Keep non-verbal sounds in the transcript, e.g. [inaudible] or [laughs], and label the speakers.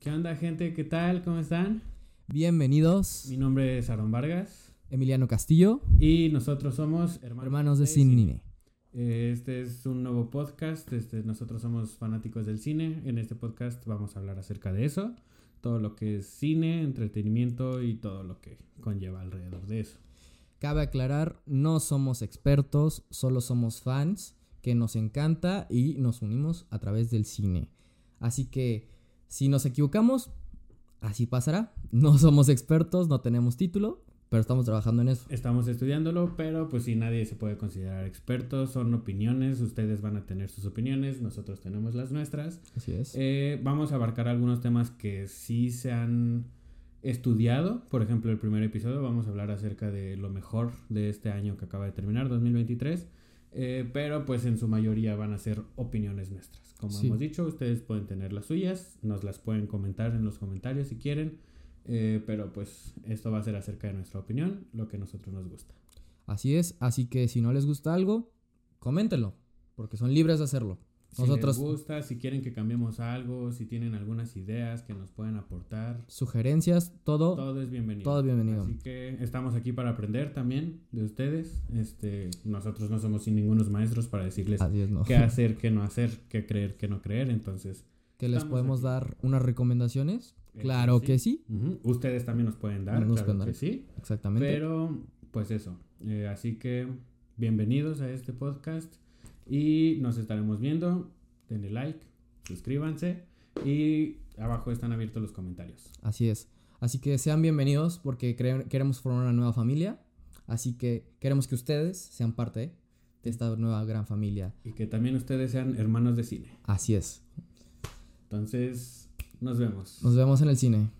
Speaker 1: ¿Qué onda, gente? ¿Qué tal? ¿Cómo están?
Speaker 2: Bienvenidos,
Speaker 1: Mi nombre es Aaron Vargas
Speaker 2: Emiliano Castillo,
Speaker 1: y nosotros somos Hermanos,
Speaker 2: hermanos de
Speaker 1: Cine.
Speaker 2: Cine.
Speaker 1: Eh, Este es un nuevo podcast. Este, nosotros somos fanáticos del cine. En este podcast vamos a hablar acerca de eso, todo lo que es cine, entretenimiento y todo lo que conlleva alrededor de eso.
Speaker 2: Cabe aclarar, no somos expertos, solo somos fans que nos encanta y nos unimos a través del cine. Así que si nos equivocamos, así pasará. [laughs] No somos expertos, no tenemos título, pero estamos trabajando en eso.
Speaker 1: Estamos estudiándolo, pero pues si nadie se puede considerar experto, son opiniones. Ustedes van a tener sus opiniones, nosotros tenemos las nuestras.
Speaker 2: Así es.
Speaker 1: Eh, vamos a abarcar algunos temas que sí se han estudiado. Por ejemplo, el primer episodio vamos a hablar acerca de lo mejor de este año que acaba de terminar, 2023. Eh, pero pues en su mayoría van a ser opiniones nuestras. Como
Speaker 2: Sí.
Speaker 1: hemos dicho, ustedes pueden tener las suyas, nos las pueden comentar en los comentarios si quieren. eh, pero pues esto va a ser acerca de nuestra opinión, lo que a nosotros nos gusta.
Speaker 2: Así es, así que si no les gusta algo, coméntenlo, porque son libres de hacerlo.
Speaker 1: Si
Speaker 2: Nosotros,
Speaker 1: les gusta, si quieren que cambiemos algo, si tienen algunas ideas que nos pueden aportar,
Speaker 2: sugerencias, todo,
Speaker 1: Todo es bienvenido.
Speaker 2: Todo es bienvenido.
Speaker 1: Así que estamos aquí para aprender también de ustedes. Este, nosotros no somos sin ningunos maestros para decirles
Speaker 2: así es, ¿no?
Speaker 1: qué hacer, qué no hacer, qué creer, qué no creer. Entonces,
Speaker 2: [laughs] que les
Speaker 1: Estamos
Speaker 2: podemos
Speaker 1: aquí.
Speaker 2: dar unas recomendaciones.
Speaker 1: Eh,
Speaker 2: Claro
Speaker 1: sí.
Speaker 2: que sí,
Speaker 1: ujú, ustedes también nos pueden dar,
Speaker 2: Nos
Speaker 1: claro
Speaker 2: pueden dar.
Speaker 1: que sí.
Speaker 2: exactamente.
Speaker 1: Pero, pues eso. Eh, así que, bienvenidos a este podcast y nos estaremos viendo. Denle like, suscríbanse y abajo están abiertos los comentarios.
Speaker 2: Así es. Así que sean bienvenidos porque cre- queremos formar una nueva familia. Así que queremos que ustedes sean parte de esta nueva gran familia.
Speaker 1: Y que también ustedes sean hermanos de cine.
Speaker 2: Así es.
Speaker 1: Entonces, nos vemos.
Speaker 2: Nos vemos en el cine.